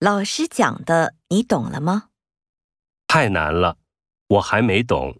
老师讲的你懂了吗？太难了，我还没懂。